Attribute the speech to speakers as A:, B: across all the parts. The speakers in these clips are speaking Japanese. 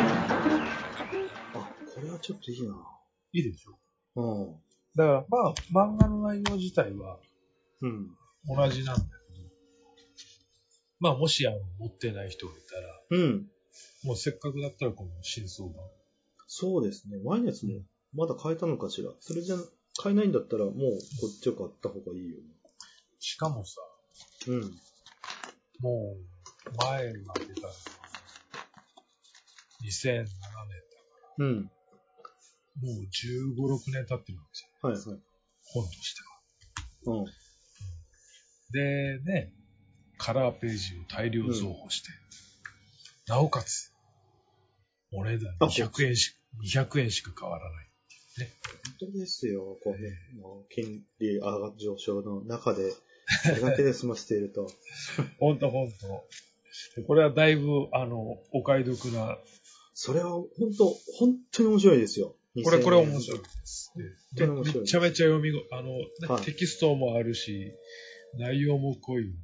A: あ、これはちょっといいな。
B: いいでしょ。
A: うん。
B: だから、まあ、漫画の内容自体は
A: うん。
B: 同じなんだけど、まあ、もし、あの、持ってない人がいたら、
A: うん。
B: もうせっかくだったら、この真相版。
A: そうですね。ワイのやつも、まだ買えたのかしら。それじゃ、買えないんだったら、もう、こっちを買った方がいいよ
B: しかもさ、
A: な。うん。
B: もう、前が出たのは、2007年だ
A: うん。
B: もう15、6年経ってるわけじゃん。
A: はいはい。
B: 本としては。
A: うん。
B: で、ね、カラーページを大量増補して、なおかつ、お値段
A: あ
B: 200円しか、200円しか変わらない。
A: 本当ですよ。こう、もう金利上が上昇の中で、これだけで済ませている と。
B: ほんとほんと。これはだいぶ、あの、お買い得な、
A: それは、本当本当に面白いですよ。
B: これ、これ面白い
A: 2000
B: です。
A: 当
B: で
A: に面白い
B: めちゃめちゃ読みご、あの、ね
A: はい
B: テキストもあるし、内容も濃いんで、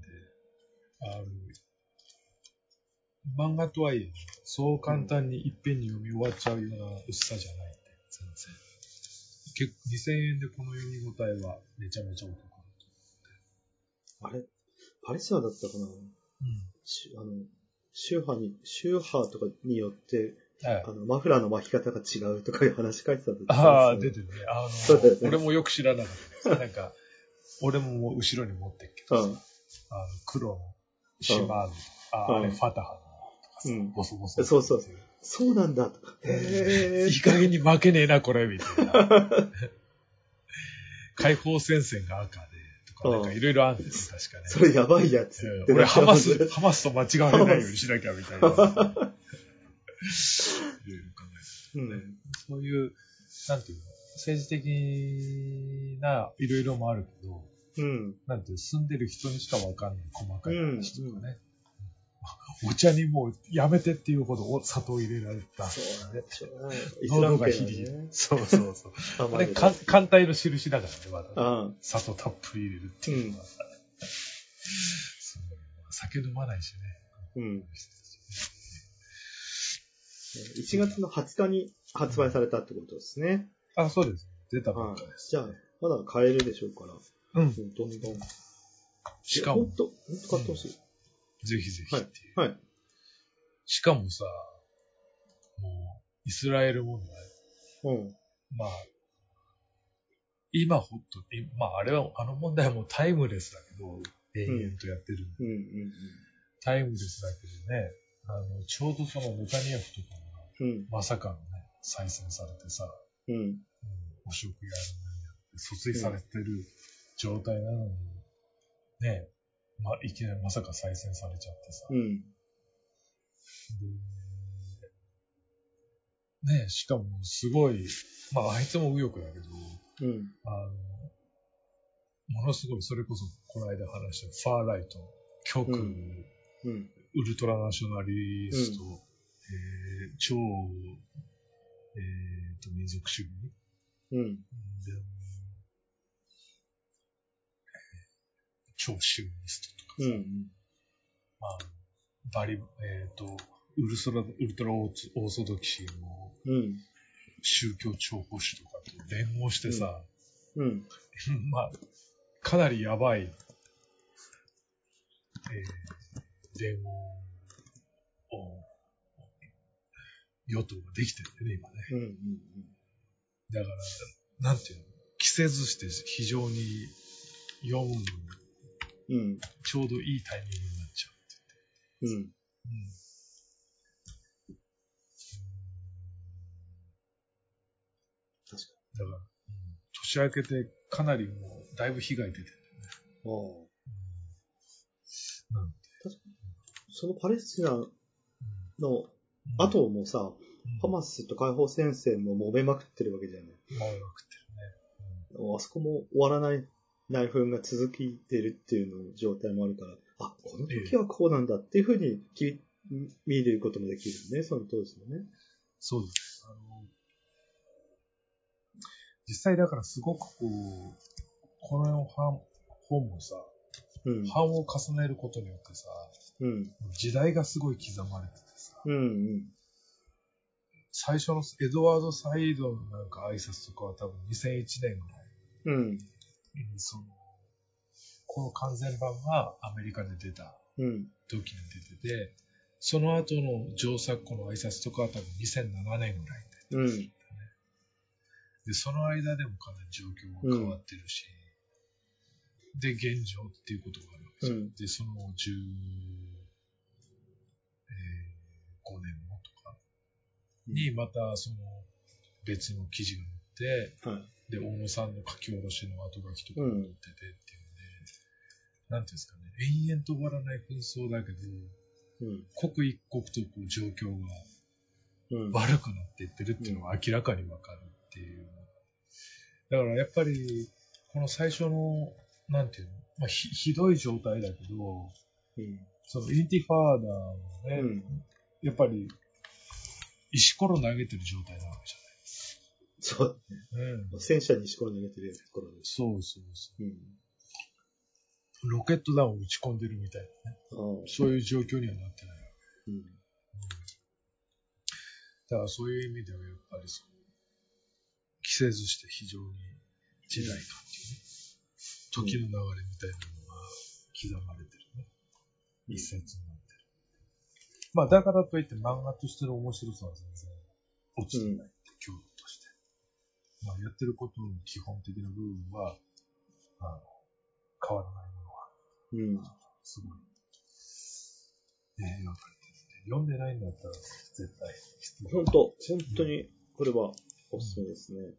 B: あの、漫画とはいえ、そう簡単にいっぺんに読み終わっちゃうような薄さじゃないんで、全然。結構2000円でこの読み応えはめちゃめちゃお得。
A: 円。あれパレスアだったかなしあの、宗派に、宗派とかによって、
B: うん。はい
A: あ。の、マフラーの巻き方が違うとかいう話書いてたんです
B: ああ、出
A: て
B: てるね。あ
A: そうだよね
B: の、俺もよく知らなかった です。なんか、俺ももう後ろに持ってっけど、
A: う
B: あの
A: ん。
B: 黒のシマーズとか、あ
A: うん
B: あれファタハのとかさ
A: うん、
B: ボソボソ。
A: そうそうそそうなんだとか。へ
B: いい加減に負けねえな、これ、みたいな。 解放戦線が赤で、とか、なんかいろいろあるんです、確かね。
A: それやばいやつ。
B: うん俺、ハマス、ハマスと間違われないようにしなきゃ、みたいな。いろいろ考えて。
A: うん。
B: そういう、なんていうの、政治的ないろいろもあるけど、
A: うん。
B: なんていう、住んでる人にしかわかんない細かい話とかね。お茶にもうやめてっていうほどお砂糖入れられた。
A: そうなんでしょうね。イスラ
B: 喉
A: ム
B: がひり
A: 圏はね。。
B: そうそうそう。
A: あ
B: あ
A: ま
B: れ、
A: り
B: か艦隊の印だからね、まだ。
A: あ
B: 砂糖たっぷり入れるっていうのは。そう酒飲まないしね。
A: うん。1月の20日に発売されたってことですね。
B: あ、そうです。出たば
A: は
B: っ
A: い
B: かです。。
A: じゃあ、まだ買えるでしょうから。
B: うん。
A: どんどん。
B: しかも
A: ほん、と、ほんと買ってほしい。
B: ぜひぜひっていう。
A: はいはい
B: しかもさ、もう、イスラエル問題。
A: うん。
B: まあ、今ほっと、いまああれは、あの問題はもうタイムレスだけど、延々とやってる、
A: うんうん
B: タイムレスだけどね、あの、ちょうどそのネタニヤフとかが、
A: うん。
B: まさかのね、再選されてさ、
A: うん。うん。
B: うん汚職やら何やって訴追されてる状態なのに、ね、まあいきなりまさか再選されちゃってさ、
A: うん。
B: でねえ、しかもすごい、まああいつも右翼だけど、
A: うん。
B: あの、ものすごい、それこそこの間話したファーライト、極右、
A: ううん。
B: ウルトラナショナリスト、えー超、えーと、民族主義
A: うん。
B: でも超シューニストとか、
A: うん。
B: まあ、バリ、えっ、と、ウルソラ、ウルトラオーツオーソドキシーの
A: うん。
B: 宗教超保守とかと連合してさ、
A: うん。
B: まあ、かなりやばい、えー、連合を、与党ができてるんだよね、今ね。
A: うん。うん。
B: だから、なんていうの、着せずして非常に読むのに
A: うん。
B: ちょうどいいタイミングになっちゃう。
A: うん。確か
B: だから、うん年明けてかなりもう、だいぶ被害出てる。
A: ああ。
B: なん
A: そのパレスチナの後をもうさ、ハマスと解放戦線も揉めまくってるわけじゃない。
B: うん、まあ、
A: あそこも終わらない内紛が続いてるっていうの状態もあるから、あ、この時はこうなんだっていうふうにき見ることもできるね、その当時のね。
B: そうですね。あの、実際だからすごくこう、このは本もさ、
A: うん。
B: 版を重ねることによってさ、
A: うん。
B: 時代がすごい刻まれててさ、
A: うん。うん。
B: 最初のエドワード・サイードのなんか挨拶とかは多分2001年ぐらい、
A: うん。
B: うんその、この完全版がアメリカで出た
A: うん。
B: 時に出てて、その後の上作庫の挨拶とかは多分2007年ぐらいで。
A: うん。
B: で、その間でもかなり状況が変わってるし、で、現状っていうことがあるわけじゃん。
A: うん
B: で、その10、えー5年後とかに、またその別の記事が載って、
A: はい。
B: で、大野さんの書き下ろしの後書きとかも載っててっていうね、なんていうんですかね、延々と終わらない紛争だけど、
A: うん。
B: 刻一刻とこう状況が
A: うん。
B: 悪くなっていってるっていうのが明らかにわかるっていう。だからやっぱり、この最初の、なんていうの、まあ、ひひどい状態だけど、
A: うん。
B: そのインティファーダのね、
A: うん
B: やっぱり、石ころ投げてる状態なわけじ
A: そう。
B: ゃない。うん。
A: 戦車に石ころ投げてるところです。
B: そうそうそ
A: うん。
B: う。ロケット弾を打ち込んでるみたいな。
A: ああ。
B: そういう状況にはなってない。
A: うん。
B: だからそういう意味ではやっぱりその、着せずして非常に時代感っていうね、時の流れみたいなのが刻まれてるね。一冊になってる。まあだからといって漫画としての面白さは全然落ちてないって、強度として。まあやってることの基本的な部分は、あの、変わらないものは
A: うん。
B: すごい。ええわかりますね。読んでないんだったら、絶対必要。
A: 本当本当に、これはおすすめですね。